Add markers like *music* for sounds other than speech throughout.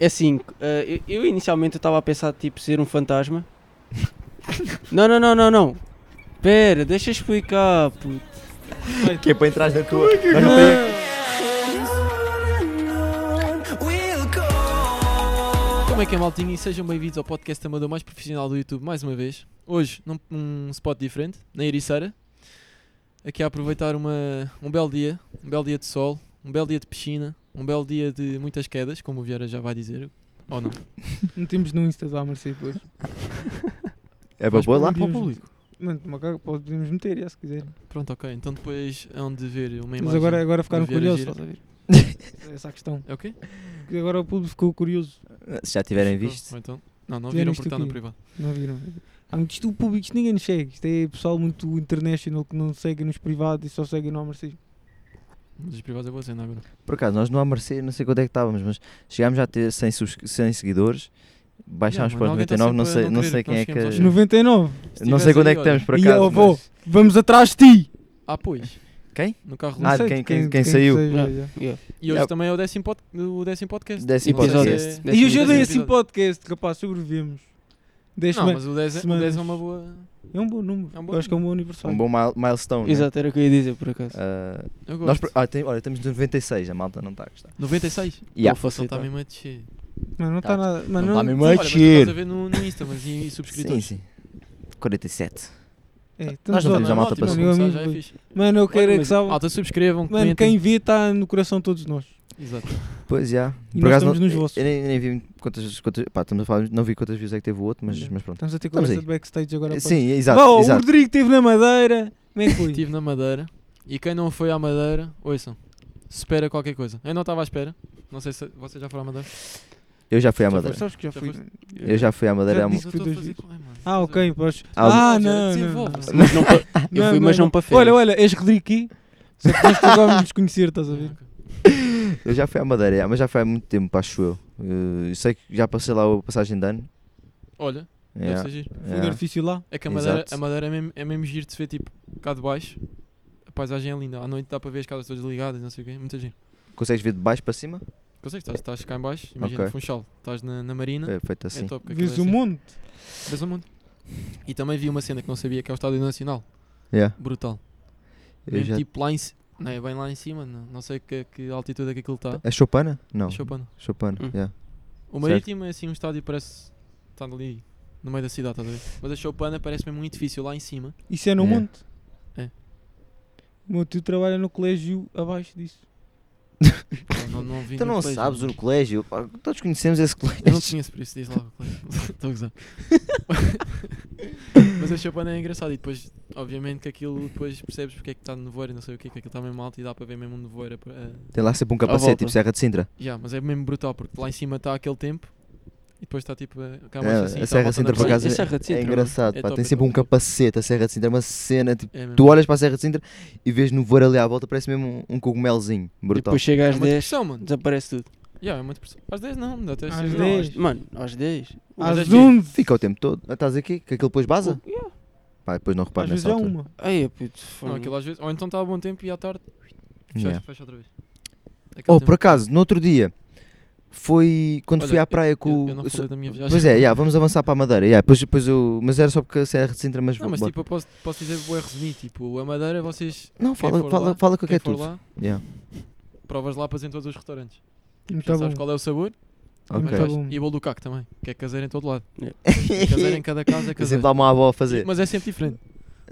É assim, eh, eu eu inicialmente estava a pensar tipo ser um fantasma. *laughs* não, não, não, não, não. Pera, deixa eu explicar, puto. Que é para entrar na tua. é? Como é que é, maltinho? E sejam bem-vindos ao podcast é amador mais profissional do YouTube, mais uma vez. Hoje, num um spot diferente, na Ericeira. Aqui a aproveitar uma, um belo dia, um belo dia de sol, um belo dia de piscina, um belo dia de muitas quedas, como o Vieira já vai dizer, ou não. Metemos no Insta tá, da Mercê depois. É para pôr lá? para o público. Mano, uma caga, podemos meter, é, se quiser. Pronto, ok. Então depois hão de ver uma imagem. Mas agora, é agora ficaram do Vieira curiosos, Gira. estás a ver? *laughs* Essa é a questão. É o quê? Porque agora o público ficou curioso. Se já tiverem visto. Ou então... Não, não Já viram viste porque o está no quê? privado. Não viram? Há muito isto, o público, isto ninguém nos segue. Isto é pessoal muito international que não segue nos privados e só segue no Mercê. Mas os privados é boa cena agora. Por acaso, nós no Amercer, não sei quanto é que estávamos, mas chegámos já a ter 100, subs- 100 seguidores. Baixámos Yeah, para os mano, alguém tá 99, não sei, não sempre a não querer sei que quem nós é que. cheguemos aos 99! Se Não sei tivesse quando é aí, que olha. estamos por E eu acaso. vou. mas- Vamos atrás de ti! Ah, pois. Quem? No carro Ah, lá. de quem- quem- quem saiu. Ah. yeah. E hoje Yeah. também é o décimo, pod... o décimo podcast. Décimo Não sei se podcast. é- Décimo E hoje eu dei episódio. assim podcast, rapaz, sobrevivemos. Deixa Não, mas o 10, é, o semanas. 10 é uma boa. É um bom número. É um bom eu acho que é um bom aniversário. Um bom mile- milestone. né? Exato, era o que eu ia dizer por *laughs* acaso. Ah, Eu gosto. nós, pro- ah, tem, olha, estamos no 96, a malta não está a gostar. 96? Yeah. então. Não Ele facilita. está mesmo a É descer. Mas não Tá. está nada. Mas Não tá não, mesmo. Sim, olha, mas tu Machir. estás a ver no, no Insta, mas e, e Sim, subscritores? sim. 47. é, Nós estamos não lá. temos a malta ótimo, passou. começar Meu já é amigo, fixe. Mano, eu quero é que Mas, saibam. Malta, subscrevam, Mano, comentem. quem vê está no coração de todos nós. Exato. Pois já. E Por nós acaso, estamos nos eu- vossos. Eu nem, nem vi quantas. quantas pá, estamos a falar, não vi quantas views é que teve o outro, mas, Yeah. mas pronto. Estamos a ter Estamos conversa aí. de backstage agora. pá. Sim, exato. Vá, O exato. Rodrigo esteve na Madeira. Como é que foi? Estive na Madeira. E quem não foi à Madeira, ouçam. Se espera qualquer coisa. Eu não estava à espera. Não sei se vocês já foram à Madeira. Eu já fui à Já Madeira. foste? Sabes que já Já fui. Eu já fui à Madeira. Já há te mu- disse. Mas eu fui estou a duas fazer- vezes. Ai, mano, Ah, estás a ver? ok, pois. Há mu- Ah, Olha, não, não. desenvolve-se. Mas não pa- eu Não, fui, mas não, não para férias. Olha, olha, és Rodrigo aqui. Só que nós agora vamos nos conhecer, estás a ver? Eu já fui à Madeira, já, mas já foi há muito tempo, acho eu. Eh, eu sei que já passei lá a passagem de ano. Olha, deve Yeah, ser giro. Fogo de yeah. artifício lá. É que a Madeira, Exato. a Madeira é, mesmo, é mesmo giro de se ver, tipo, cá de baixo. A paisagem é linda. À noite dá para ver as casas todas ligadas, não sei o quê. Muita gente. Consegues ver de baixo para cima? Consegues, estás, estás cá em baixo, imagina Ok. Funchal, estás na, na Marina, é, É feito assim. top. que aquilo Vês é o assim. mundo. Vês o mundo. E também vi uma cena que não sabia, que é o Estádio Nacional, Yeah, brutal. eu Mesmo já- tipo lá em cima, não é bem lá em cima, não, não sei que, que altitude é que aquilo está. É Chopana? Não. Chopana. Chopana. Hum. yeah. O Marítimo é assim um estádio parece, está ali no meio da cidade, estás a ver? Mas a Chopana parece mesmo um edifício lá em cima. Isso é no É. mundo. É. O meu tio trabalha no colégio abaixo disso. Não, não, não vi Então no não colégio, sabes não. o colégio? pá, Todos conhecemos esse Eu não colégio. tinha por isso, diz lá *laughs* o colégio. Estou a gozar. Mas a Chopana é engraçado e depois, obviamente, que aquilo depois percebes porque é que está no nevoeiro e não sei o que, que aquilo está mesmo alto e dá para ver mesmo um nevoeiro. a- a- Tem lá sempre um volta. capacete, tipo Serra de Sintra. Yeah, mas é mesmo brutal porque lá em cima está aquele tempo e depois está tipo a cá É, mais assim. a tá Serra volta Sintra, na por praia. acaso, É Serra de É Sintra, mano. engraçado, É pá, top, tem é sempre um top. capacete, a Serra de Sintra é uma cena. Tipo, É mesmo. tu olhas para a Serra de Sintra e vês no voar ali à volta, parece mesmo um, um cogumelzinho. E Brutal. depois chega É às uma 10, depressão, mano. desaparece tudo. Yeah, é uma depressão. Às 10 não, dá até Às seis, não, 10. Mano, às 10. Mas Às às vezes- 11. Fica o tempo todo. Ah, Estás aqui? Que aquilo depois baza? Pá, depois não reparo Às vezes um nessa é altura. uma. Ai, puto, Não, fogo. aquilo às vezes. Ou então está a bom tempo e à tarde fecha, Yeah. fecha outra vez. Aquele Oh, tempo. por acaso, no outro dia, foi quando Olha, fui à eu- praia eu- com eu não o. falei da minha viagem. Pois é, yeah, vamos avançar para a Madeira. Yeah, pois, pois eu... Mas era só porque a Serra de Sintra, mas. Não, mas bora. tipo, eu posso, posso dizer, vou resumir. Tipo, a Madeira, vocês. não quem fala, for fala, lá, fala com o que Quem é for tudo. lá, Yeah, provas lá em todos os restaurantes. Muito Já sabes Então bom. qual é o sabor. ok. mas Tá vais- bom. E o bolo do caco também, que é caseiro em todo *laughs* lado. Yeah. É caseiro em cada casa, é Tem caseiro. sempre lá uma avó a fazer. Mas é sempre diferente.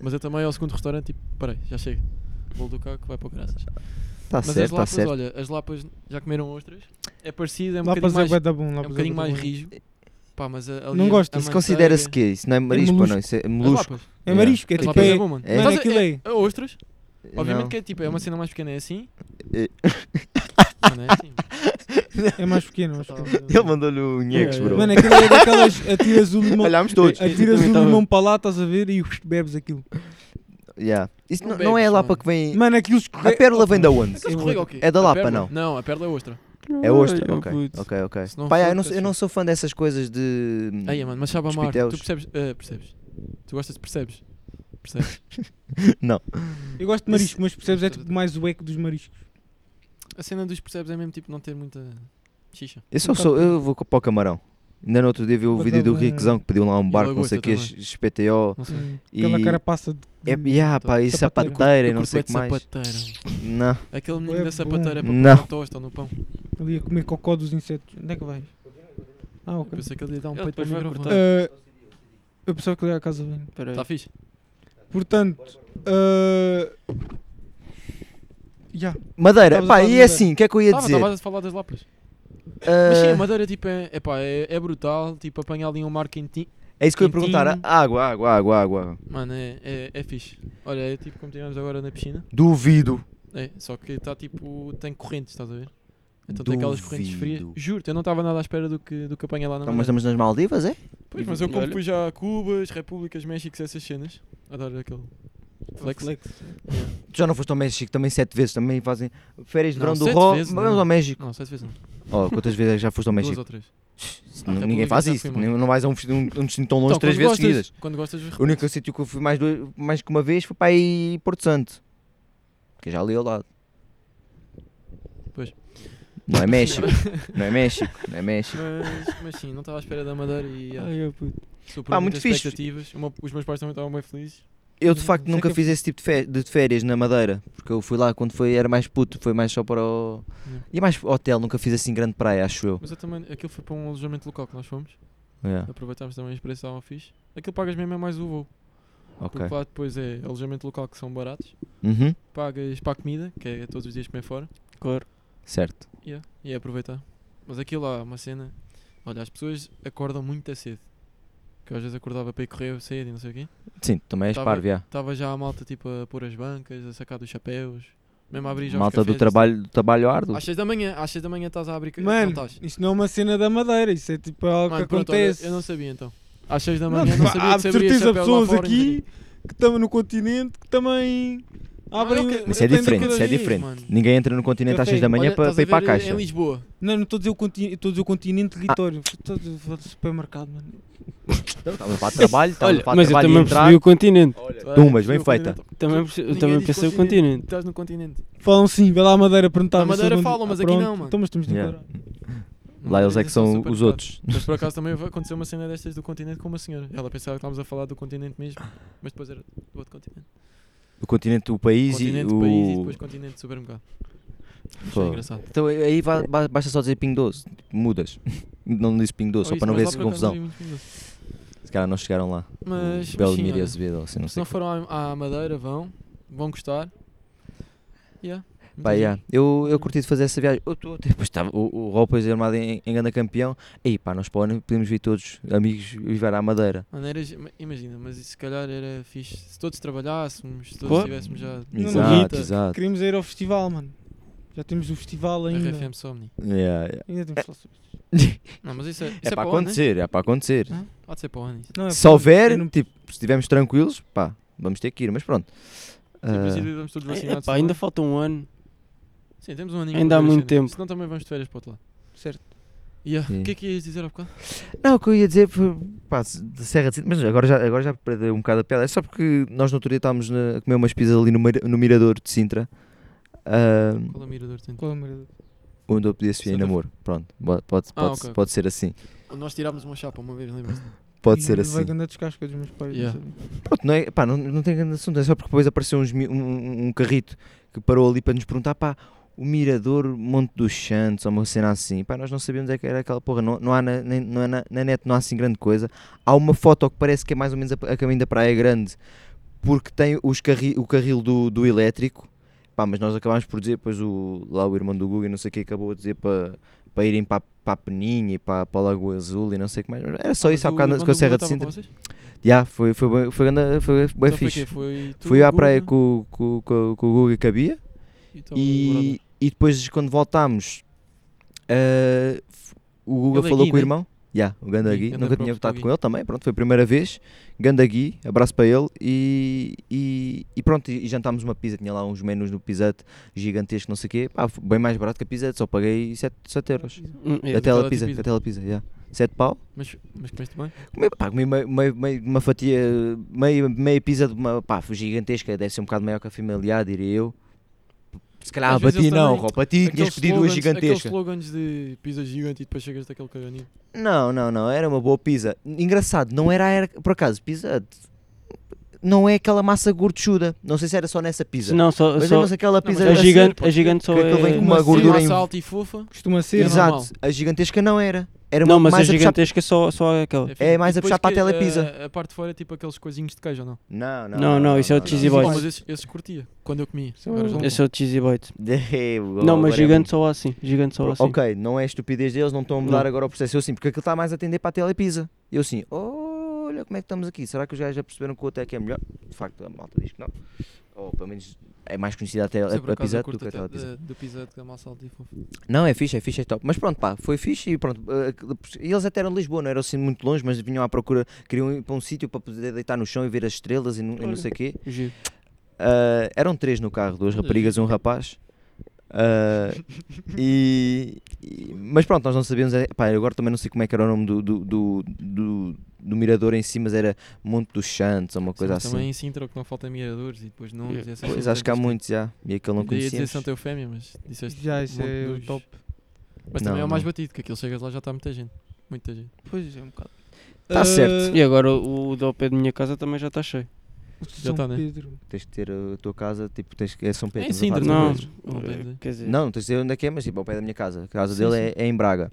Mas eu também ao segundo restaurante, tipo, parei, já chega. O bolo do caco vai para o graças. Está Mas as Tá certo, está lapas, certo. olha, as lapas já comeram ostras. É parecido, é um Lá para bocadinho Zé mais, vai dar bom. é um bocadinho mais rijo. Pá, mas a- ali Não a- gosto, a Isso considera-se manteiga- quê? Isso não é marisco, não? molusco. Isso é As molusco. lapas. É Yeah. marisco, é As tipo. lapas é é- bom, mano. é- Mas Mano, aquilo é. é- é ostras. Obviamente Não. que é tipo, é uma cena mais pequena, é assim. É. Mano, é assim. É mais pequeno, acho que. *laughs* Ele mandou-lhe o Nhex, Yeah, bro. yeah. Mano, aquilo é daquelas. Atiras o limão. Olhámos todos. Atiras Eu o também limão para lá, estás a ver, e bebes aquilo. Yeah. Isso Não não, não é bebes, lá para mano. que vem. Mano, aquilo escorre. A pérola vem de onde? Aquele escorrega ou quê? É da A Lapa, não? pérola? Não, a perla é ostra. É ostra, Ai, ok. puto. Ok, ok. Se não Pá, for, yeah, eu, não, peço sou- eu não sou fã dessas coisas de. Aí, mano, mas sabe Hum. a Os marca. Tu pitelos. percebes? eh, percebes? Tu gostas de percebes? Percebes? Eu gosto de marisco, mas percebes? É tipo mais o eco dos mariscos. A cena dos percebes é mesmo tipo não ter muita. Xixa. Eu só Nunca sou, fui. eu vou para o camarão. Ainda no outro dia vi o Vou vídeo do também. Riquezão que pediu lá um barco, não sei o lagosta que, também. XPTO. Não sei. Hum, E. Aquela carapaça de. É, yeah, pá, e Sapateiro. sapateira e Hum, Eu não curto sei o bué de que mais. sapateiro. Não. Aquele Bué menino da bom. sapateira é para Não. comer na tosta ou no pão. Ali a comer cocó dos insetos. Onde é que vais? Ah, ok. Pensei que ele ia dar um Ele peito para depois o vai microfone. cortar. Ah, eu pensava que ele era a casa bem. Espera aí. Está Tá fixe? Portanto. ah, Já. Madeira, Estavas a pá, falar de e é madeira. assim, o que é que eu ia Estava, dizer? estava Tá, a falar das lapas. Ah, Mas sim, a madeira tipo, é, epá, é, é brutal. Tipo, apanhar ali um mar quentinho. é isso que eu ia perguntar. Quentinho. Água, água, água, água. Mano, é, é, é fixe. Olha, é tipo como tivemos agora na piscina. Duvido. É, só que está tipo. tem correntes, estás a ver? Então tem aquelas correntes frias. Duvido. Juro, eu não estava nada à espera do que, do que apanhei lá na Então, mas Madeira. estamos nas Maldivas, é? Pois, mas eu como Olha. fui já a Cubas, Repúblicas, México, essas cenas. Adoro aquele. Flex. Tu já não foste ao México também sete vezes, também fazem férias de Não, verão do sete Ró, vezes, vamos não. ao México. Não, sete vezes não. Oh, quantas vezes é que já foste ao Duas México? um. ou três. Isso, Ah, não- República Ninguém faz já isso, fui mais. não não vais a um, um, um destino tão longe Então, três quando vezes gostas- seguidas. Quando gostas, O único sítio que eu fui mais, do- mais que uma vez foi para aí Porto Santo. Que é já ali ao lado. Pois. Não é México. não é México. Não é México. Mas, mas sim, não estava à espera da Madeira e yeah, Ai, eu puto. superou Pá, muito muitas fixe. expectativas. O meu- os meus pais também estavam bem felizes. Eu de facto Sei nunca que eu- fiz esse tipo de fe- de férias na Madeira. Porque eu fui lá quando foi, era mais puto. Foi mais só para o. Yeah. E mais hotel. Nunca fiz assim grande praia, acho eu. É, Mas eu também, aquilo foi para um alojamento local que nós fomos. Yeah, Aproveitámos também a experiência estava fixe. Aquilo pagas mesmo é mais o voo. ok. Porque lá depois é alojamento local que são baratos. Uhum, Pagas para a comida, que é todos os dias comer fora. Cor. Certo. Yeah, e é aproveitar. Mas aquilo lá, uma cena. Olha, as pessoas acordam muito a cedo. Que eu às vezes acordava para ir correr cedo e não sei o quê. Sim, também és Tava- parvo, yeah. Estava já a malta tipo a pôr as bancas, a sacar dos chapéus, mesmo a abrir já os Malta do cafés, assim. trabalho, do trabalho árduo. Às 6 da manhã, às 6 da manhã estás a abrir. ca- Mano, não estás. isso não é uma cena da madeira, isso é tipo algo Mano, que pronto, olha, acontece. eu não sabia então. Às 6 da Não, manhã não, pá, sabia há que de se abria certeza chapéu lá pessoas fora, aqui que estão no continente que também abrem. ok. Mas isso é aprendem diferente, cada isso é dia. diferente. mano. Ninguém entra no continente às Café. 6 da manhã Olha, para estás para ir para a ver, caixa. Em Lisboa. Não, não estou a dizer o continente, estou a dizer o continente litório. Ah. Estou a dizer o supermercado, mano. Estava para trabalho, estava Olha, para mas eu trabalho e também entrar. percebi o continente. Tumbas, bem No feita. continente. Também, perce- também diz pensei o continente. continente. Estás no continente. Falam sim, vai lá à Madeira perguntar. À Madeira se- falam, mas aqui pronto. não, mano. Então, mas estamos Yeah. yeah. Lá eles é que são super os educados. outros. Mas por acaso também aconteceu uma cena destas do continente com uma senhora. Ela pensava que estávamos a falar do continente mesmo, mas depois era do outro continente. O continente, o país e continente, o. país e depois continente de supermercado. Foi Fogo. engraçado. Então aí É. va- ba- basta só dizer Ping Doce. tipo, Mudas. *laughs* Não diz Ping Doce, Oh, só isso, para não mas haver lá essa por confusão. acaso não vi muito doce. Se calhar não chegaram lá. Mas, O mas sim, Belmiro e olha, Azevedo, ou assim, não se sei. não foram à, à Madeira, vão. Vão gostar. Yeah, muito Pá, giro. yeah. eu, eu curti de fazer essa viagem. Eu tô, depois estava o, o Ró depois armado em, em grande campeão. E pá, nós para o ano podemos vir todos amigos e vai à Madeira. Mano, era gi- ma- imagina, mas isso se calhar era fixe. Se todos trabalhássemos, se todos Claro. estivéssemos já. Não, Exato, não. exato. Queríamos ir ao festival, mano. Já temos o festival ainda. RFM Somni. Yeah, yeah. Ainda temos só sobre isso. Não, mas isso é, isso É, para o ano, né? Ah, acontecer, é para acontecer. Há de ser para o ano isso. Não, é Se para- houver, eu não- tipo, se estivermos tranquilos, pá, vamos ter que ir, mas pronto. Em Ah, princípio, vamos todos É, vacinados. pá, ainda falta um ano. Sim, temos um aninho. ainda há para ver as muito cenas. tempo. Senão também vamos de férias para o outro lado. Certo. Yeah. Sim. O que é que ias dizer há bocado? Não, o que eu ia dizer foi, pá, se- de Serra de Sintra, mas agora já, agora já perdi um bocado a piada. É só porque nós no outro dia estávamos na- a comer umas pizzas ali no, Mira- no Mirador de Sintra, ah, Qual é o mirador que tem? Qual é o mirador? onde eu podia se em Santa Fe. namoro. Pronto, bo- pode, pode, Ah, ok. pode ser assim. Nós tirámos uma chapa uma vez, lembras-te? Pode ser Ele Vai assim. andar dos cascos dos meus pais. Yeah. não sei. Pronto, não, é, pá, não, não tem grande assunto, é só porque depois apareceu uns mi- um, um- um carrito que parou ali para nos perguntar, pá, o Mirador Monte dos Santos, ou uma cena assim, pá, nós não sabíamos é que era aquela porra, não, não há na, nem- não é na, na net, não há assim grande coisa. Há uma foto que parece que é mais ou menos a, a caminho da Praia Grande, porque tem os carri, o carril do, do elétrico, pá, mas nós acabámos por dizer, depois o, lá o irmão do Guga e não sei o que acabou a dizer para, para irem para, a- para a Peninha e para, para a Lagoa Azul e não sei o que mais, era Ah, só isso há bocado com a Serra de Sintra. Já, foi, foi, bem- foi, grande- foi, foi bem Então foi fixe. quê? Foi tu, Fui à Guga praia com, com, com, com o Guga e com a Bia e tal, e, e depois quando voltámos ah, f- o Guga Ele é falou Gui, com o né? irmão, já, o Ganda Gui, Gui, ganda nunca props tinha para o votado Gui. com ele também, pronto, foi a primeira vez, Ganda Gui, abraço para ele e, e, e pronto, e, e jantámos uma pizza, tinha lá uns menus no Pizzate gigantesco, não sei o quê, pá, foi bem mais barato que a Pizzate, só paguei 7, euros, Hum, é. da tela da pizza, Pizza. da tela pizza, já, 7 pau, Mas, mas comeste bem? Comi, pá, comi meio, meio, meio- uma fatia, meio, meia pizza de uma, pá, foi gigantesca, deve ser um bocado maior que a familiar, diria eu. Se Ah, calhar, Às para vezes ti eles não, também- Ró, para ti tinhas Aqueles pedido uma slogans- Aqueles gigantesca. slogans de pizza gigante e depois chegas daquele caganinho. Não, não, não, era uma boa pizza. Engraçado, não era, era por acaso, pizza não é aquela massa gorduchuda. Não sei se era só nessa pizza. Não, só, mas é só mas aquela mas pizza era a era assim, gigante, pode a ser. gigante só Que aquilo vem é... com uma Assim, gordura Massa em... alta e fofa. Costuma ser. Exato. Exato, normal. a gigantesca não era. Era uma Não, mas a mais a puxar- gigantesca só, só é aquela. É mais a depois puxar para a que, telepizza. eh, A, parte de fora é tipo aqueles coisinhos de queijo ou não? Não, não, Não, não, isso é o Cheesy Não, *laughs* Boys. Mas esses, esses curtia quando eu comia. São Agora já bons. não. Esse é o cheesy bite. Não, Não, mas gigante só assim. Gigante só assim. Ok, não é estupidez deles, não estão a mudar Não. agora o processo. Eu sim, porque aquilo está mais a atender para a telepisa. Eu sim, olha como é que estamos aqui. Será que os gajos já perceberam que o Otec é melhor? De facto, a malta diz que não. Ou pelo menos é mais conhecida a, tele, Isso é por a, a acaso eu Pizza Hut do curto que a até telepisa. da- Da pizza Hut, da é massa alta e fofa. Não, é fixe, é fixe, é top. Mas pronto, pá, foi fixe e pronto. eh, aquilo- E eles até eram de Lisboa, não eram assim muito longe, mas vinham à procura, queriam ir para um sítio para poder deitar no chão e ver as estrelas e, não- e não Olha. sei o quê. Giro. Ah, eram três no carro, duas Olha, raparigas e um rapaz. Ah, e, e- mas pronto, nós não sabíamos. eh, Pá, eu agora também não sei como é que era o nome do, do, do, do- do mirador em si, mas era Monte dos Santos ou uma coisa Mas assim. Também em Sintra que não falta miradores e depois não. Yeah. Pois acho que há muitos já. E aquele não Eu ia dizer conhecíamos. Santa Eufémia, mas disseste. Já, isso Monte é o dos- top. Mas Não, também é o mais não. batido, que aquilo chegas lá já está muita gente. Muita gente. Pois é, um bocado. Tá certo. E agora o, o do ao pé da minha casa também já está cheio. Ah, O São tá, né? Pedro. Tens de ter a tua casa, tipo, tens que é São Pedro. em estamos a Sintra, falar de São Não, eh, Não, Pedro. não pede. quer dizer, Não, não tens de dizer onde é que é, mas tipo, ao pé da minha casa. A casa Sim, dele é- É, em Braga.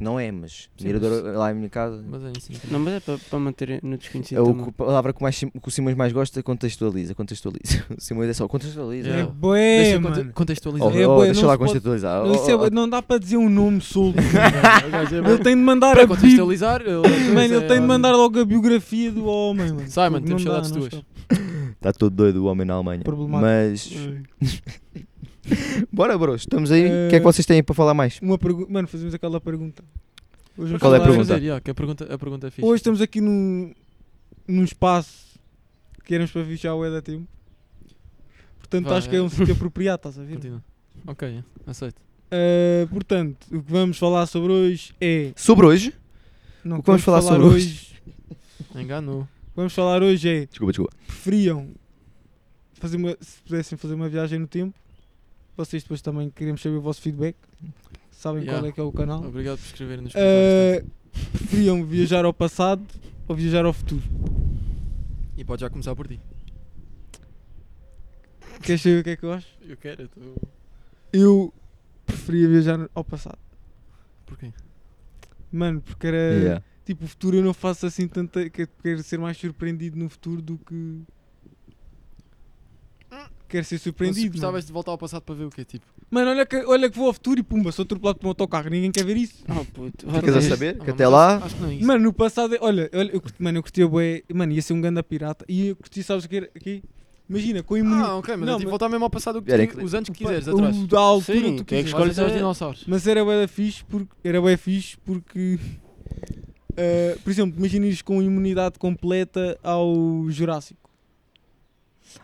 Não é, mas Sim, mirador lá em minha casa. Mas é em Sintra. não, mas é para manter no desconhecido É o também. que, a palavra que, mais, Sim- que o Simões mais gosta é contextualiza, contextualiza. *laughs* O Simões é só contextualiza. É. É Yeah. bué, Deixa eu mano. conte- contextualizar. Oh, É, oh, boy, deixa não lá se pode- contextualizar. Não, Oh, isso é- oh, não dá para dizer um nome solto. O gajo é bué- ele tem de Oh. mandar a Para bi... contextualizar, eu- Mano, ele tem de é- mandar logo a biografia do homem, mano. Simon, Não temos dá, saudades não tuas. está. Está oh. Tá todo doido o homem na Alemanha. Problemático. É. Mas. Bora, bros, estamos aí. O que é Eh, que vocês têm para falar mais? Uma pergunta. Mano, fazemos aquela pergunta. Hoje vamos Qual é a falar- pergunta? Fazer, yeah, que a pergunta? A pergunta é fixe. Hoje estamos aqui num, num espaço que éramos para fechar o Ed a tempo. Portanto, Vá, acho que é um sítio apropriado, estás a ver? Continua. Ok, yeah, aceito. Ah, portanto, o que vamos falar sobre hoje é. Sobre hoje. Não, O que vamos falar sobre Enganou. Vamos falar hoje é. Desculpa, desculpa. Preferiam fazer uma, se pudessem fazer uma viagem no tempo. Vocês depois também queremos saber o vosso feedback. Sabem Yeah. qual é que é o canal. Obrigado por escrever nos comentários. Ah, preferiam viajar ao passado ou viajar ao futuro? tanto. tá? E pode já começar por ti. Queres saber o que é que eu acho? Eu quero, eu tô... Eu preferia viajar ao passado. Porquê? Mano, porque era. Yeah. Tipo, o futuro eu não faço assim tanta. que- Quero ser mais surpreendido no futuro do que. Quero ser Mas surpreendido. Mano. Gostavas de voltar ao passado para ver o quê? Tipo, Mano, olha que, olha que vou ao futuro e pumba, sou atropelado por um autocarro. Ninguém quer ver isso. Ah, puto, Ficas a vocês- saber ah, que mas até acho- lá. Acho que não é isso. Mano, no passado. Olha, olha eu, curti- mano, eu curtia bué. Mano, ia ser um ganda pirata. E eu curti, sabes o que era? Aqui? Imagina, com a Ah, imunidade. ok, mas Não, é tipo mas- voltar mesmo ao passado o que Era tu- que- os anos que quiseres o atrás. da altura Sim, tu tu é que quiseres. escolhes Mas é os é- dinossauros. Mas era bué da fixe porque era bué fixe porque eh, por exemplo, imagina ires com imunidade completa ao Jurássico.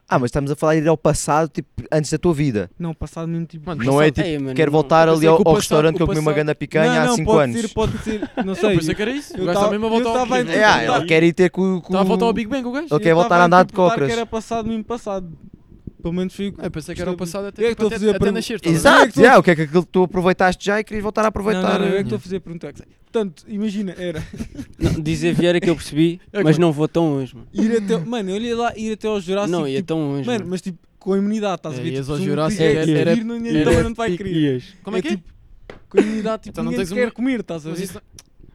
Ah, mas estamos a falar de ir ao passado, tipo, antes da tua vida. Não, passado mesmo tipo. Mano, Não é passado- tipo, Ei, mano, quero não. voltar Eu ali pensei é ao, que o ao passado- restaurante que eu o comi uma passado- ganda picanha não, não, há 5 pode anos. *laughs* ser, pode *laughs* ser, não Eu sei. pensei que era isso. eu O gajo tava- está mesmo a eu voltar ao tava a Big É, Bang. interpretar- ah, ele quer ir ter com. com... Está a voltar ao Big Bang o gajo? Ele Eu quer voltar tava a andar de interpretar cócoras. que era passado mesmo passado. Pelo menos foi o que Ah, Eu pensei que era o passado até, Eu é que tipo, estou a fazer a até, até pergunta. nascer. estás a ver? Exato, yeah, o que é que aquilo tu aproveitaste já e querias voltar a Não, aproveitar. não, não, né? eu é que estou a fazer a pergunta. Portanto, imagina, era Não, dizer Vieira que eu percebi, É que, mas mano. não vou tão longe, mano. ir até. Mano, eu olhei lá, ir até ao Jurássico. não, ia tipo, tão longe. Mano, mano. mas tipo, com a imunidade, estás a É, ver? ias Tipo, ao se um Jurássico, quiser era- vir, não- era- então não te vai querer. Ias. Como é que é? tipo, com a imunidade, tipo, Então não ninguém tens te quer uma- comer, estás a Mas ver? isso não-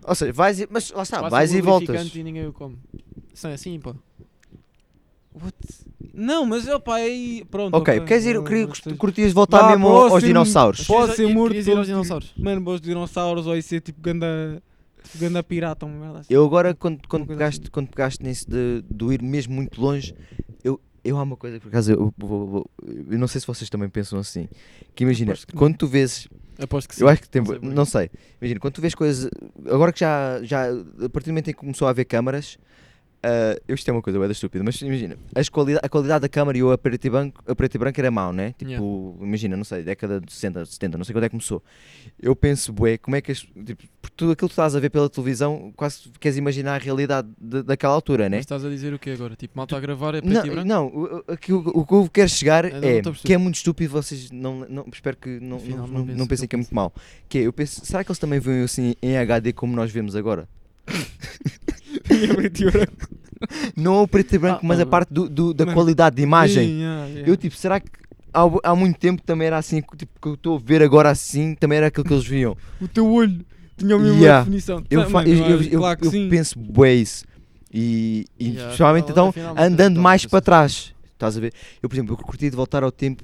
Ou seja, vais e. Mas lá está, passa vais um e voltas. lubrificante E ninguém o come. Isso não é assim, pá. Não, mas opa, aí. Pronto. Ok, queres ir, não- queria, não cur- sei. curtias voltar Vá, mesmo próximo. aos dinossauros. Pode ser morto Querias ir aos todo. dinossauros. Mano, bons dinossauros ou ia ser tipo ganda. tipo, ganda pirata, uma merda assim. Eu agora, quando, quando, Uma coisa assim. pegaste, quando pegaste nisso de, do ir mesmo muito longe, eu, eu há uma coisa, por acaso, eu, vou- vou- eu não sei se vocês também pensam assim, que imagina, Aposto que não. quando tu vês, Aposto que sim. eu acho que tem, não sei porquê. não sei, imagina, quando tu vês coisas, agora que já, já, a partir do momento em que começou a haver câmaras, ah, eu isto é uma coisa bem estúpida, mas imagina, as qualida- a qualidade da câmara e o a preto e branco, a preto e branco era mau, né? Tipo, imagina, não sei, década de 60, 70, não sei quando é que começou. Eu penso, bué, como é que as, tipo, porque tudo aquilo que estás a ver pela televisão, quase queres imaginar a realidade de- daquela altura, né? Mas estás a dizer o que agora? Tipo, mal está a gravar, é preto e Não, branco? não, o- o, que- o que eu quero chegar Ainda não é estou a perceber. que é muito estúpido, vocês não, não espero que não, não, Afinal, não não, penso não o que pensem eu que é muito mau. Que é, eu penso, será que eles também veem assim em HD como nós vemos agora? *laughs* Não é o preto e branco, Ah, mas a ah, parte do, do- da mano. qualidade de imagem. Eu é. Eu tipo, será que há, há muito tempo também era assim, que, tipo, que eu estou a ver agora assim, também era aquilo que eles viam. O teu olho tinha a mesma Yeah. definição. Eu, Tá, fa- mano, eu, claro, eu, eu- claro que eu sim. penso bué isso. E, e Yeah, principalmente afinal- então afinal não andando tem mais tanto. para trás. Estás a ver? Eu, por exemplo, eu curti de voltar ao tempo.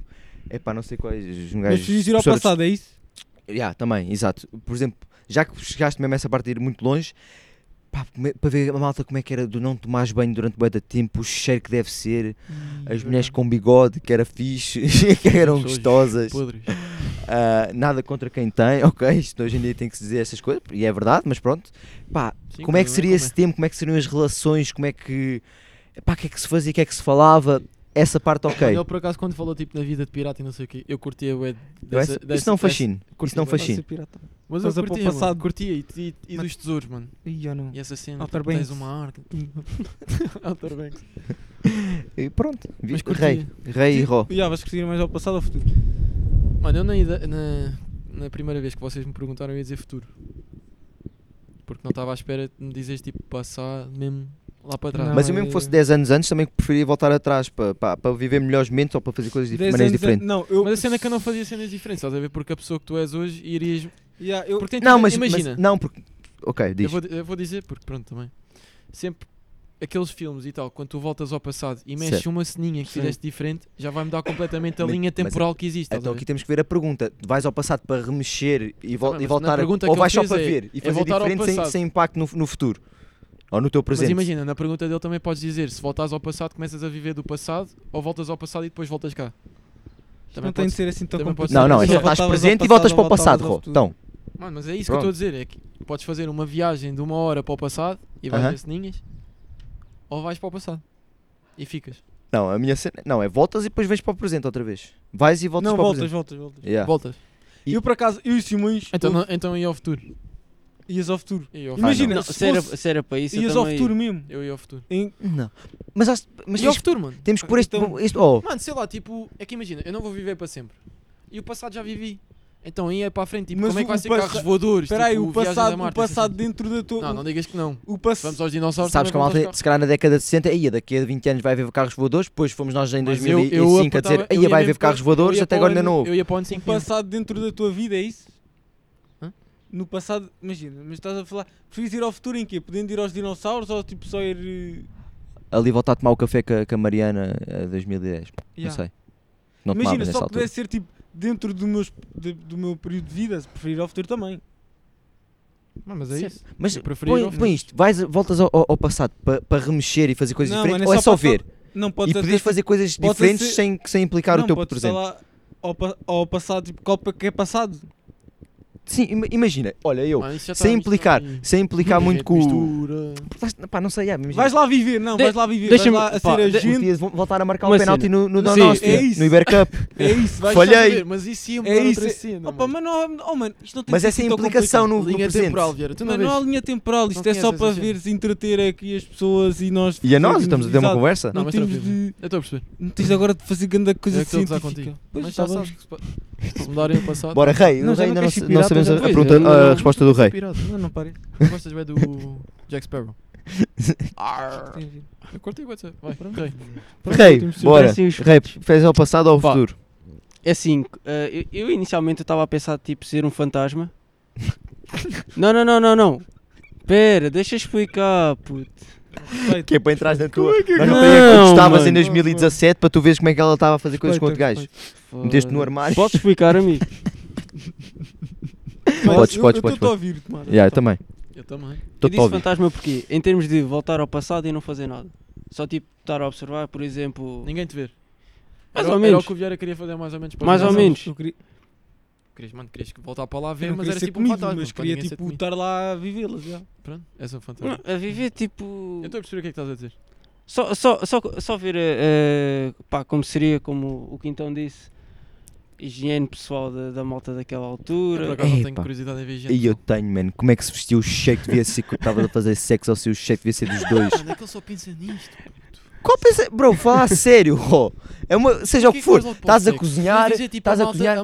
É pá, não sei quais. Um Mas gajo, fugir ao professores- passado, é isso? Yeah, também, exato. Por exemplo, já que chegaste mesmo a essa parte de ir muito longe, pá, come- para ver a malta como é que era do não tomares banho durante bué de tempo, o cheiro que deve ser, Hum, as mulheres com bigode, que era fixe, *laughs* que eram Pessoas gostosas. Podres. Ah, nada contra quem tem, *laughs* ok? Isto hoje em dia tem que se dizer essas coisas, e é verdade, mas pronto. Pá, Sim, como é que tudo bem, seria como esse tempo? Como é que seriam as relações? Como é que. Pá, o que é que se fazia? O que é que se falava? Essa parte, ok. Olha, eu por acaso quando falou tipo na vida de pirata e não sei o quê, eu curtia o Ed Não é- dessa, dessa, isso não dessa- fascina. Isso não dessa- fascina. Mas eu Estás a pôr curtia, o mano, passado. curtia e, e, e dos tesouros, mano. Ih, eu não. E essa cena, Outer tipo, tens Banks. uma *laughs* arca. Outer Banks. E pronto, vi- Mas curtia. rei, rei e ró. Yeah, vais crescer mais ao passado ou ao futuro? Mano, eu na, ida- na, na primeira vez que vocês me perguntaram eu ia dizer futuro. Porque não estava à espera de me dizeres tipo passado mesmo lá para trás. Não, Mas é- eu mesmo que Ah, fosse 10 anos antes também preferia voltar atrás para, para, para viver melhores momentos ou para fazer coisas de Dez maneiras anos- diferentes. Não, eu. Mas a cena é que eu não fazia cenas diferentes, estás a ver? Porque a pessoa que tu és hoje irias. Yeah, eu- Porque tem- Não, mas, mas- imagina. não, porque. Ok, eu, diz. vou, eu vou dizer, porque pronto, também. Sempre aqueles filmes e tal, quando tu voltas ao passado e mexes Certo. uma ceninha que Sim. fizeste diferente, já vai mudar completamente a Mas- linha mas- temporal que existe. estás a Então ver? aqui temos que ver a pergunta. Vais ao passado para remexer e, vol- Tá bem, e mas na voltar a, pergunta ou que eu vais só fiz para é- ver e é fazer voltar ao diferente sem, passado. sem impacto no, no futuro ou no teu Mas presente. imagina, na pergunta dele também podes dizer se voltares ao passado, começas a viver do passado ou voltas ao passado e depois voltas cá. não tem de ser assim tão também pode complicado. ser não, não, é só Só estás presente e voltas para o passado, Rô. Então, Mano, mas é isso Pronto. que eu estou a dizer. É que podes fazer uma viagem de uma hora para o passado e vais Aham. ver ceninhas, ou vais para o passado e ficas. não, a minha cena. Não, é voltas e depois vens para o presente outra vez. Vais e voltas não, para o voltas, presente. voltas, voltas. Yeah. Voltas. E- Eu por acaso, eu e o Simões Então, eu- não, então ia ao futuro. ias ao futuro. Ia ao futuro. Ah, Imagina, Não, se se, era, fosse- se era para isso, eu Ias ao também... futuro mesmo. Eu ia ao futuro. Em- Não. Mas, acho- mas Ia ao temos, futuro, mano. temos que pôr este. Então- este oh, Mano, sei lá, tipo, é que imagina, eu não vou viver para sempre. E o passado já vivi. Então ia para a frente, tipo, Mas como é que o- vai o ser passa- carros voadores? Espera aí, tipo, o viagens a passado, o Marte, essas passado cenas? dentro da tua. tipo. Não, não digas que não. O Vamos passado. aos dinossauros. Sabes que a também voltas malta, se calhar na década de 60, ia daqui a 20 anos vai ver carros voadores, depois fomos nós em Mas 2005 eu- eu a dizer, apontava- eu aí ia vai mesmo ver carros para- voadores, eu ia até para o agora ainda ano- não cá. houve. Eu ia para onde O 5 passado dentro da tua vida, é isso? Hã? No passado, imagina, mas estás a falar, preferes ir ao futuro em quê? Podendo ir aos dinossauros ou tipo só ir. eh, Ali voltar a tomar o café com a, com a Mariana eh, a 2010, não yeah. sei. Não tomava Imagina, nessa só altura. pudesse ser tipo dentro do, meus, de- do meu período de vida, se preferir ao futuro também. Mas é Sim. isso. Mas Eu preferia ir põe, ao põe isto, vais, voltas ao, ao- ao passado para remexer e fazer coisas Não, diferentes, mano, ou é é só só passar- ver? Não, E pode até podes ser- fazer coisas pode até diferentes ser- sem, sem implicar o não, teu podes presente. estar lá ao, pa- ao passado, tipo, copa que é passado. Sim, ima- imagina, olha eu, Mano, isso já sem está implicar, misturado. sem implicar muito com o... Mistura. Pá, não sei, yeah, imagina. Vais lá viver, não, De- vais lá viver, vais deixa-me- lá a pá, ser de- O agente. Tias vo- voltar a marcar Uma o penalti cena. no, no Não, Donóstia, é isso. no Iber Cup. É isso, vais Falhei. Estás a ver? Mas isso ia mudar É isso, outra é- cena. Opa, mano. mas não há, oh, mano, isto não tem Mas que essa ser assim tão implicação complicado. no, no Linha presente. temporal, Vieira. Tu não Mano, não há vês? linha temporal, isto é conheces só essa para gente. veres entreter aqui as pessoas e nós. E a nós estamos fazermos a ter uma amizade. conversa. Não, Não, mas temos tranquilo. de. Eu estou a perceber. Não tens agora de fazer grande coisa Eu é estou a gozar científica. Pois, Mas já tá bem. sabes que se pa- se mudarem o passado. Bora, rei, Não, nós já ainda não não, queres não ser pirata, sabemos a, já a foi. pergunta- Eu não- a resposta do rei. é Pirata. Não, não parece. Tu Gostas bem do Jack Sparrow? é Tem a ver. Eu cortei o WhatsApp. Vai, rei. Rei, temos de bora. parecem os Rei, fez ao passado ou ao Pá. futuro? É assim, eh, eu, eu inicialmente estava a pensar tipo ser um fantasma. *laughs* não, não, não, não, não. Pera, deixa eu explicar, puto. Que é para entrar na tua. Não, Nós não temos quando estavas em mano. 2017 para tu veres como é que ela estava a fazer coisas com outro Respeita, gajo. Meteste no armário. Podes explicar, *laughs* amigo? Podes, Eu- podes, eu podes, estou a ouvir-te, mano. Yeah, eu também. Eu também. Eu Estou disse fantasma porque, em termos de voltar ao passado e não fazer nada. Só tipo estar a observar, por exemplo. Ninguém te vê. Mais Era- ou Era menos. o que o Vieira queria fazer mais ou menos. para Mais nós. ou menos. Eu queria- querias, mano, querias que voltar para lá ver, Eu não mas queria era ser tipo comido, um fantasma. Mas pá, queria ninguém ser tipo comido. estar lá a vivê-las. já. Pronto, és um fantasma. Não, A viver tipo. Eu estou a perceber o que é que estás a dizer. Só, só, só, só ver eh, eh, pá, como seria, como o Quintão disse, higiene pessoal da, da malta daquela Eu, É, por altura. acaso não tenho Epa. curiosidade em ver gente. E eu tenho, mano, como é que se vestiu o cheque devia ser que eu estava a fazer sexo ou se o cheque devia ser dos dois? Mano, é que ele só pensa nisto. *laughs* Qual pensa. Bro, fala a *laughs* sério, ó. É uma... seja o que for, estás a cozinhar tipo, estás tipo, a é cozinhar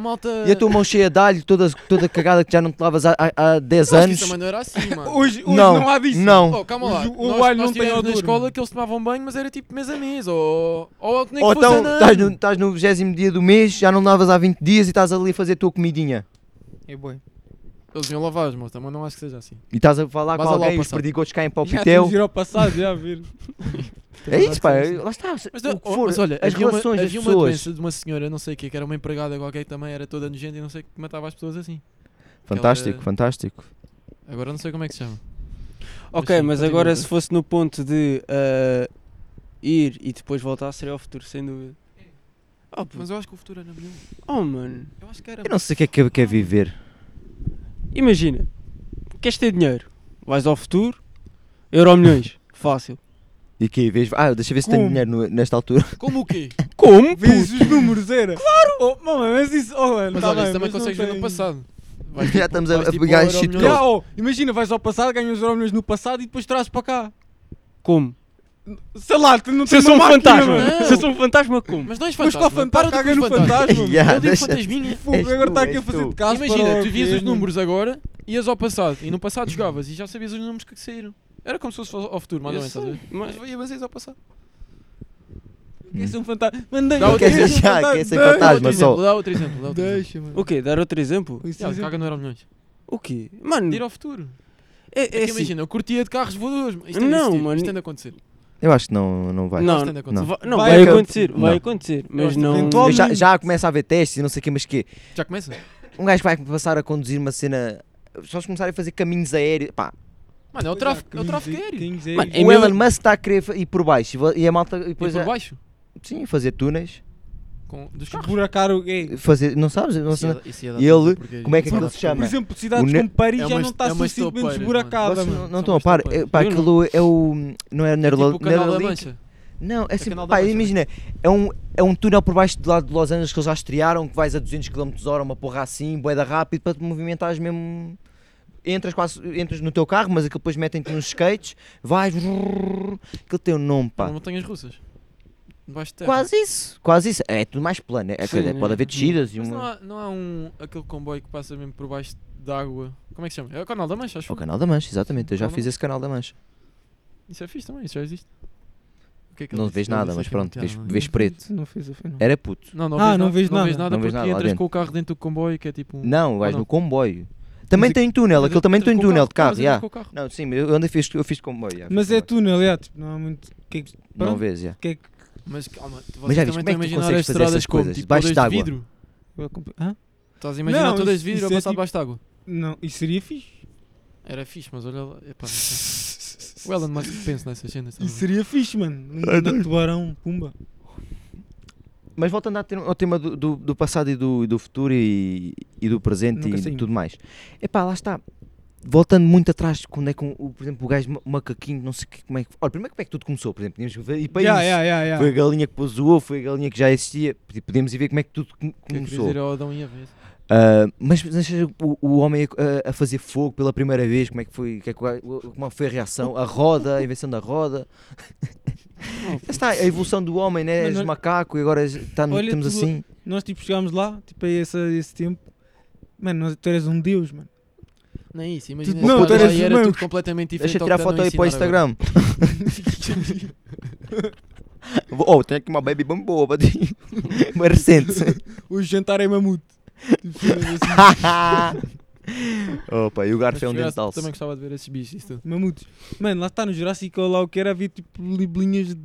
e a tua mão cheia de alho, toda, toda cagada que já não te lavas há, há, há 10 anos. Isso também não era assim, *laughs* mano. Hoje, hoje não. Não, há disso. Não. Oh, calma lá. Hoje o nós, nós alho não tem tivemos na odor, escola mano. que eles tomavam banho, mas era tipo mesa a mesa. Ou, ou nem que Ou fosse então anão. estás no, estás no 20 dia do mês, já não lavas há 20 dias e estás ali a fazer a tua comidinha. É bom. Eles iam lavar as mãos, também não acho que seja assim. E estás a falar Mas com olha lá o alguém, os passado. perdigotos caem *laughs* para o Já temos pitel. de ir ao passado, já a ver. É isso, pá. Mas, Lá está. Mas, o que oh, for, mas olha, as havia, uma, relações das havia uma pessoas. doença de uma senhora, não sei o que, que era uma empregada qualquer que também era toda nojenta e não sei que matava as pessoas assim. Fantástico, Aquela- fantástico. Agora não sei como é que se chama. Ok, sim, mas continua, agora Pedro. se fosse no ponto de eh, ir e depois voltar, seria o futuro, sem dúvida. Oh, puto. Mas eu acho que o futuro era melhor. oh mano, Eu acho que era. Eu não sei o que é que eu quero viver. imagina, queres ter dinheiro? Vais ao futuro, euro milhões, fácil. E que vês. Ah, deixa eu ver se tenho Hum. Como? dinheiro no- nesta altura. Como o quê? Como? Vês os números, era? Claro! Oh, mama, mas isso. Oh, mano, Mas tá olha, bem, isso também mas não consegues ver no tem- passado. Já estamos a- a pegar em shit Já, Não. oh, imagina, vais ao passado, ganhas os milhões no passado e depois trazes para cá. Como? Sei lá, tu não Se eu tens sou um uma máquina, fantasma, mano. se eu sou um fantasma, como? Mas não és Mas fantasma. qual Para fantasma? de comer Caga no fantasma. fantasma. *laughs* mano. Yeah. Eu digo deixa- fantasminha. Fogo, És agora tu, está aqui a és fazer tu. de oh, casa. Imagina, tu vias os números agora, ias ao passado e no passado jogavas e já sabias os números que saíram. Era como se fosse ao ao futuro, mais ou Eu menos, estás a ver? sei, mas- Mas ias ao passado. Quer ser um fantasma? Mandei, Não, eu *laughs* quer quero ser já, um *laughs* quer ser fantasma. fantasma. só. Dá outro exemplo, dá outro exemplo. Dá outro exemplo. Deixa, mano. O quê? Dar outro exemplo? Isso Yeah, é- Caga no milhões. O quê? Mano, Ir ao futuro. é, é É que assim, imagina, eu curtia de carros voadores. Isto é Não, não, mano. Isto tem de acontecer. Eu acho que não, não vai. Não, Isto tem de acontecer. Va- não, Vai vai, acontecer. acontecer, vai Não. acontecer, Eu mas acho que não. eventual- Eu já, já começa a haver testes e não sei o quê, mas que Já começa? um gajo vai passar a conduzir uma cena. Só se começarem a fazer caminhos aéreos. Pá, Mano, é o tráfico, é o tráfico aéreo. Quem dizer- Mano, quem é o mesmo- Elon Musk está a querer fa- ir por baixo e vo- e a malta. E E depois Tipo, por a- baixo. Sim, fazer túneis. Com, dos dizer- carros. Buracar o gay. Fazer. Não sabes? Não sei- Isso ia dar E ele, tanta porcaria. como é que Isso ia aquilo dar se tanta chama? Por Mano, exemplo, cidades o ne- como Paris É já uma não está est- é uma suficientemente estopeira, esburacada, Vocês não- mano. não São estão a umas par. tampeiras. É, pá, Eu não. aquilo é o. Não é porcaria. Tipo Neuralink. o canal da Neuralink. Mancha. Não, é canal sempre. da Pá, Mancha, imagina, é um, é um túnel por baixo do lado de Los Angeles que eles já estrearam, que vais a 200 km hora, uma porra assim, boeda rápido, para te movimentares mesmo. Entras quase, entras no teu carro, mas aquilo depois metem-te nos skates, vais. Aquilo tem um nome, Pá. pá. Montanhas russas. Debaixo de terra. Quase isso, quase isso. É tudo mais plano, é, é, Sim, é, pode haver descidas e Mas não uma. há, não há um, aquele comboio que passa mesmo por baixo d'água. Como é que se chama? É o canal da Mancha, É acho o eu. canal da Mancha, exatamente. Eu já Canal da fiz Mancha. esse canal da Mancha. Isso é fixe também, isso já existe. O que é que ele Não disse? vês Ele nada, disse mas aqui uma pronto, vês, piada, vês preto. Não fez a fé, não. Era puto. Não, não, Ah, vês, não nada, vês não vês nada. nada Não vês porque nada lá entras dentro. com o carro dentro do comboio que é tipo um... Não, vais não? no comboio. Também Mas é tem túnel, aquele Mas entras também com tem o túnel de mas carro, entras já. com o carro. Não, sim, eu andei fiz, eu fiz comboio. já, Mas fiz é comboio. túnel, é, tipo, não há muito. Que é que- Não pronto, vês, já. que é que- Mas calma, tu- Mas já vocês viste, também como é que tu estão a imaginar consegues as fazer estradas essas como? coisas? Tipo, Debaixo todas de d'água. vidro. eu comp- Hã? Estás a imaginar Não, todas de isso- vidro isso a é passar tipo- debaixo d'água. Não, isso seria fixe. Era fixe, mas olha lá... Epá, não sei. o Elon Musk pensa nessas cenas. Isso sabe? seria fixe, mano. Um grande tubarão, pumba. Mas voltando ao tema- ao tema do, do- do passado e do, e do futuro e, e do presente Nunca e saímos. tudo mais. Epá, lá está. Voltando muito atrás, quando é que, um- o, por exemplo, o gajo ma- macaquinho, não sei que- como é que... Olha, primeiro como é que tudo começou, por exemplo, tínhamos que ver... E para Yeah, isso, yeah, yeah, yeah. foi a galinha que pôs o ovo, foi a galinha que já existia, tipo, podemos ir ver como é que tudo com- Que é que começou. dizer ao Adão e a vez. Ah, mas mas seja o, o homem a, a fazer fogo pela primeira vez, como é que foi, que é que o- como foi a reação, a roda, a invenção da roda. Lá *laughs* Está a evolução do homem, né? Mas És olha- macaco e agora és- tá- olha estamos tu- assim. Nós, tipo, chegámos lá, tipo, a esse, a esse tempo. Mano, nós- tu eras um deus, mano. Não é isso, imagina. não, estás tu lá eras e tá era humano. tudo completamente diferente. Deixa ao tirar que foto estão a aí para o ensinar agora. Instagram. *laughs* oh, tenho aqui uma baby bem boa para ti. *laughs* Uma recente. Hoje jantar é mamute. *laughs* Tipo, assim, Opa, e o garfo é um Mas dental. Também gostava de ver esses bichos. Isso tudo. Mamutes. Mano, lá está no Jurássico, ou lá o que era, havia tipo libelinhas de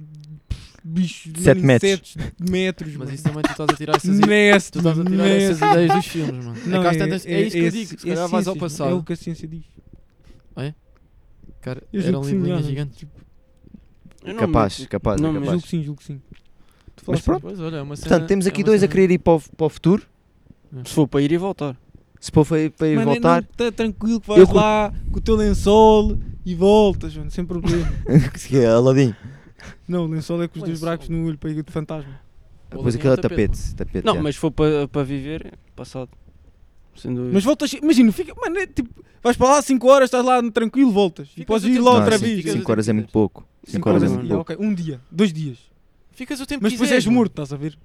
bichos Sete mano, metros. insetos de metros. Mas mano. isso também tu estás a tirar essas ideias. Neste, Tu estás a tirar neste. essas ideias dos filmes, mano. É que às tantas- é, isso que eu esse- digo. Se é calhar vais ao ciências, mano. É o passado. que a ciência diz. Cara, Eu eram julgo que sim, linhas já. gigantes. Eu não Capaz, meto- capaz, Não é me- capaz. Julgo que sim, julgo que sim. Tu Mas falaste- pronto. Pois olha, é uma cena. Portanto, temos é aqui uma dois a cena- querer ir para o, para o futuro. Se for para ir e voltar. Se pôr foi para ir Mano, é- voltar, não, tá tranquilo que vais Eu curto- lá com o teu lençol e voltas, mano, sem problema. *laughs* *laughs* que é Aladim. não, o lençol é com os dois Lençol. buracos no olho para ir de fantasma. Depois aquilo é tapete. tapete Não, já. mas se for para para viver, é passado. Sem dúvida. Mas voltas, imagina, fica, mano, é tipo, vais para lá 5 horas, estás lá tranquilo, voltas. e Ficas podes o ir tempo lá Não, outra cinco- vez. ficas- cinco horas é muito pouco. Cinco cinco horas é horas, muito mano. pouco. ok, Um dia, dois dias. Ficas o tempo Mas que depois quiseres, és mano. morto, estás a ver?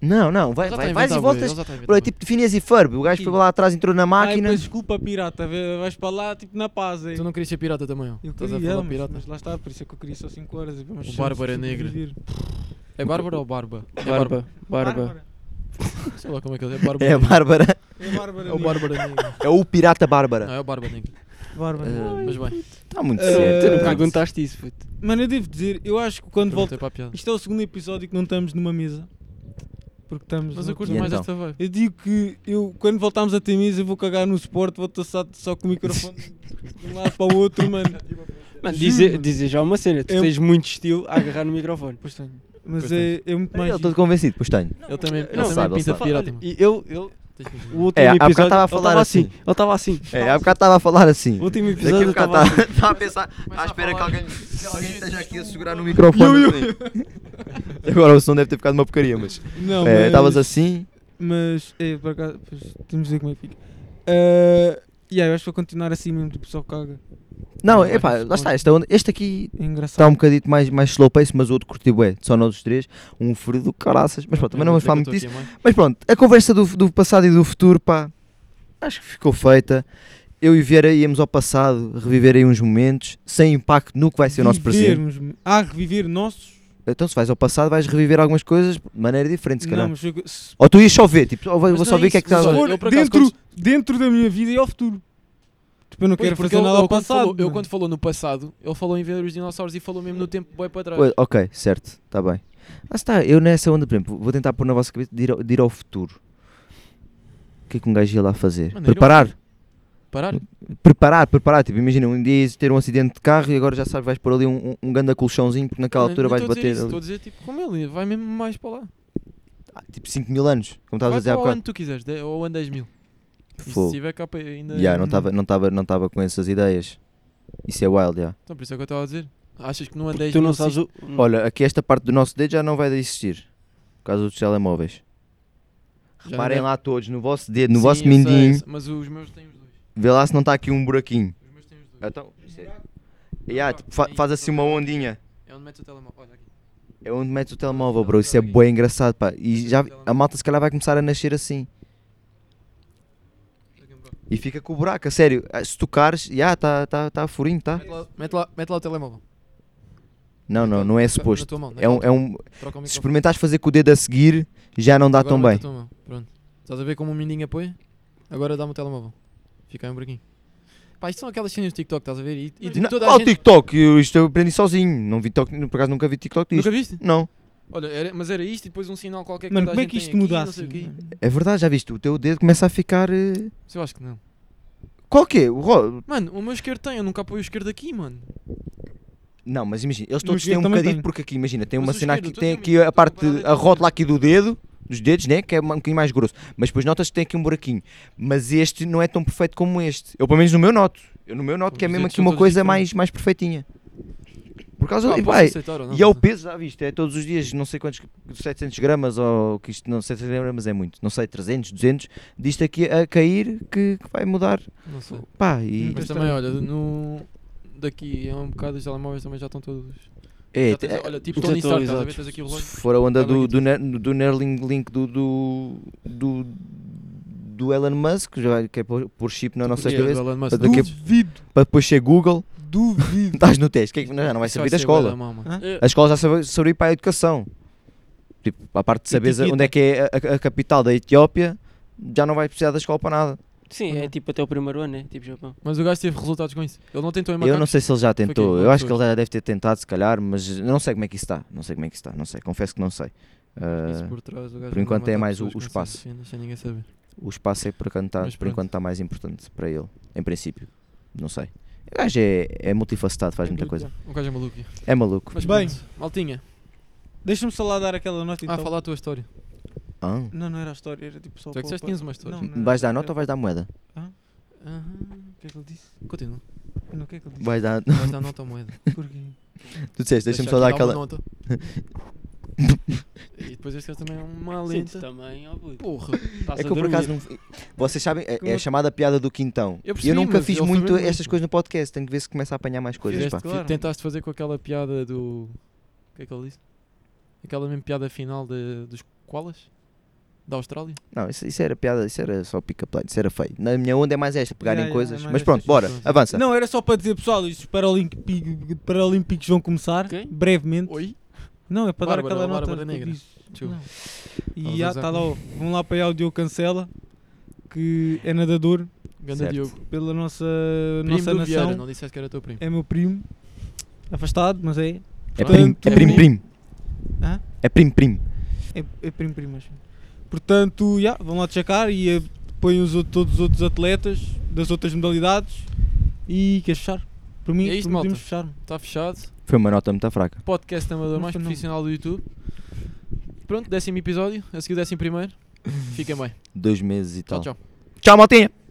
Não, não, vai, Eles vai, já estão a vais e inventar bué, voltas. eles já estão a inventar Bro, é bué. tipo definias e Furby. O gajo foi lá atrás, entrou na Ai, máquina. peço desculpa, pirata, vê- vais para lá, tipo, na paz, é. Tu não querias ser pirata também, ó. Eu Estás a queria, falar mas- pirata. Mas lá está, por isso é que eu queria só 5 horas. e vamos O só Bárbara sobreviver. É Bárbara ou Barba? É Barba, barba. Bárbara. Sei lá como é que ele é. *laughs* Barba É a Negra. Bárbara. É Bárbara. É o Negra. Bárbara Negra. *laughs* É o pirata *laughs* Não, Bárbara. é o Barba Negra. É. Bárbara. Ah, Mas bem, Está muito Ah, certo. Tu não Eh, perguntaste isso, puto. Mano, eu devo dizer, eu acho que quando volta. voltei para a piada. Isto é o segundo episódio que não estamos numa mesa. Porque estamos. Mas no- eu curto E mais então? esta vibe. Eu digo que eu, quando voltarmos a ter mesa, eu vou cagar no suporte, vou taçar só com o microfone de um lado para o outro, mano. Mano, Juro, dizer, mano. dizer já uma cena, tu Eu- tens muito estilo a agarrar no microfone. Pois tenho. Mas Pois é, é muito mais. Eu estou convencido, pois tenho. Ele também, ele não, também sabe, ele pinta de sabe. pirata. Olha, mano. E eu, eu, Tens que- o último É, há bocado episódio. estava a ele falar tava assim. Ele estava assim. É, há bocado estava a falar assim. O último Daqui a episódio eu bocado estava *laughs* tá- tá a pensar, Começa à a espera que falar. alguém, que alguém esteja aqui a segurar no microfone. assim. *laughs* Agora o som deve ter ficado uma porcaria, mas. Não, é, Estavas mas- assim. Mas, é, por acaso, pois, temos de ver como é que fica. Ah, e aí, eu acho que vou continuar assim mesmo, tipo, só caga. Não, Vai, epá, vai, lá está. Este, este aqui É engraçado. está um bocadito mais, mais slow pace, mas o outro curti bué. Só nós os três. Um frio do caraças. Mas pronto, também não vamos é falar é muito disso. Mas pronto, a conversa do, do passado e do futuro, pá, acho que ficou feita. Eu e Vieira íamos ao passado reviver aí uns momentos, sem impacto no que vai ser o nosso presente. Vivermos- Ah, reviver nossos? Então, se vais ao passado, vais reviver algumas coisas de maneira diferente, se calhar. Não, mas eu- se Ou tu ias só ver, tipo, "Oh, vou, vou só ver o que é que mas está. olha, Eu, por acaso, dentro, dentro da minha vida e ao futuro. Tipo, eu não quero fazer nada ao passado. Falou, eu mano. quando falou no passado, ele falou em ver os dinossauros e falou mesmo no tempo boi para trás. Ué, Ok, certo, está bem. Ah, está, eu nessa onda, por exemplo, vou tentar pôr na vossa cabeça de ir ao, de ir ao futuro. O que é que um gajo ia lá fazer? Mano, ir ao preparar, Parar? preparar, preparar. Tipo, imagina, um dia ias ter um acidente de carro e agora já sabes, vais pôr ali um, um, um ganda colchãozinho, porque naquela Não, altura não vais estou a dizer bater. isso, ali. Estou a dizer tipo como ele, vai mesmo mais para lá. Ah, tipo 5 mil anos, como estavas a Vai dizer há para o ano bocado. que tu quiseres, de- ou ano 10 mil. E Se Fogo. tiver cá para- ainda. Yeah, não tá- estava não tava, não tava com essas ideias. Isso é wild, yeah. Então por isso é que eu estava a dizer. Achas que no ano 10 Tu mil não se sabes isto- o. Olha, aqui esta parte do nosso dedo já não vai existir. Por causa dos telemóveis. já não Reparem deve- lá todos, no vosso dedo, no Sim, vosso eu sei, mindinho. mas os meus têm os dois. Vê lá se não está aqui um buraquinho. Os meus têm os dois. Então, isso é- yeah, tipo, fa- faz assim uma ondinha. É onde metes o telemóvel. Olha aqui. É onde metes o telemóvel, bro. Isso é bem engraçado, pá. E já a malta se calhar vai começar a nascer assim. Aqui um bocado. E fica com o buraco, a sério. Ah, Se tocares, já, está tá, tá furinho, tá? Mete lá- Mete lá, mete lá o telemóvel. Não, não, não é Na suposto. tua mão, É um- é um, Troca o Se microfone. experimentares fazer com o dedo a seguir, já não dá Agora tão mete bem. a tua mão. Pronto. Estás a ver como o mindinho apoia? Agora dá-me o telemóvel. Fica aí um buraquinho. Pá, isto são aquelas cenas do TikTok, estás a ver? E, e Não, toda qual a gente... TikTok? Eu, isto eu aprendi sozinho. Não vi TikTok, por acaso nunca vi TikTok disto. Nunca viste? Não. Olha, era- mas era isto e depois um sinal qualquer que Mano, toda a como é que gente isto tem aqui, muda não sei assim? o quê. mano? É verdade, já viste? O teu dedo começa a ficar. eh, Mas eu acho que não. Qual que é? O ro- Mano, o meu esquerdo tem, eu nunca apoio o esquerdo aqui, mano. Não, mas imagina, eles Mas todos eu têm um também bocadinho, tenho. porque aqui, imagina, tem Mas uma o cena esquerdo, aqui, eu tem tenho aqui a muito, parte, estou a parar a de- rótula aqui do dedo, dos dedos, né? Que é um bocadinho mais grosso. Mas depois notas que tem aqui um buraquinho. Mas este não é tão perfeito como este. Eu, pelo menos, no meu noto. Eu, no meu noto, que é Os mesmo dedos aqui são uma todos coisa mais, diferentes. mais perfeitinha. Por causa. Pá, e, posso pá, aceitar ou não, E é o mas- peso, já viste, é todos os dias, não sei quantos, 700 gramas ou que isto, não 700 gramas é muito, não sei, 300, 200, disto aqui a cair que, que vai mudar, Não sei. pá, e... é, Mas também, olha, no... Daqui é um bocado os telemóveis também já estão todos... É, já tens- é, olha, tipo Tony Stark, estás a ver? desatualizados. Tens aqui o se relógio. for a onda Tá bem, do, do, ner- do Nerling Link do, do, do, do Elon Musk, já que é pôr pôr chip na nossa Porque é do cabeça, Elon Musk, para não daqui a- podes. Duvido, para depois ser Google, *laughs* duvido. estás no teste, que é que- não, já não vai Isso servir da ser bué escola, mau, mano. a escola já serve- serviu para a educação, tipo, para a parte de saberes Etiqueta. onde é que é a- a- a capital da Etiópia, já não vai precisar da escola para nada. Sim, é tipo até o primeiro ano, né? Tipo Japão. Mas o gajo teve resultados com isso. Ele não tentou em Eu macacos. não sei se ele já tentou. quem? Eu acho que Outro. ele já deve ter tentado, se calhar, mas eu não sei como é que isso está. Não sei como é que isso está. Não sei. Confesso que não sei. Ah, Isso por trás, o gajo por anda a enquanto é matar mais o- pessoas o que não espaço. se defendem, Sem ninguém saber. o espaço é por, enquanto está, Mas por pronto. enquanto está mais importante para ele. Em princípio. Não sei. O gajo é, é multifacetado, faz muita coisa. O gajo é maluco. já. É maluco. Mas Bem. pronto, maltinha. Deixa-me só lá dar aquela nota Ah, então. fala a tua história. Ah. Não, não era a história, era tipo só. Tu é que para- disseste que tinhas uma história. Não, não era Vais dar a história. nota ou vais dar moeda? Aham. O que é que ele disse? *laughs* Continua. Não, o que é que ele disse? Vais dar. *laughs* Vais dar nota ou moeda. Porquê? Tu disseste, deixa-me Deixa um só aqui dar uma aquela. *laughs* nota. e depois este gajo também é uma Sinto então. lenta. também, ó puto. Porra. Estás É a que eu por dormir. acaso não. Vocês sabem, é- é a Como- chamada piada do quintão. Eu Eu, percebi, nunca mas fiz ele foi muito mesmo estas isso. coisas no podcast, tenho que ver se começa a apanhar mais coisas. Fizeste, é, Pá. claro. Tentaste fazer com aquela piada do. O que é que ele disse? Aquela mesma piada final de- dos koalas? Da Austrália? Não, isso, isso era piada, isso era só pick-up line, isso era feio. Na minha onda é mais esta, pegarem Ya, ya, coisas. é mais mas estas pronto, bora, coisas. avança. Não, era só para dizer, pessoal, os Paralímpicos, Paralímpicos vão começar Quem? brevemente. Oi? Não, é para Bárbara, dar aquela a nota. Bárbara que eu Negra. disse. Desculpa. Não. Estavas E a já usar está lá, como- ó, vão lá para aí ao Diogo Cancela, que é nadador Ganda Certo. Diogo. pela nossa, Primo nossa do Vieira, nação. não disseste que era teu primo. É meu primo, afastado, mas é. É Portanto, prim, é é prim, prim. Hã? É prim, prim. É, é primo, primo, acho. Portanto, já, vão lá checar e eh, põem os, outros- todos os outros atletas das outras modalidades. E queres fechar? Por mim, É isto, por mim malta. podemos fechar. Está fechado. Foi uma nota muito fraca. Podcast amador Não mais foi não. profissional do YouTube. Pronto, décimo episódio. A seguir, o décimo primeiro. Fiquem bem. Dois meses e tal. Tchau, tchau. Tchau, Maltinha!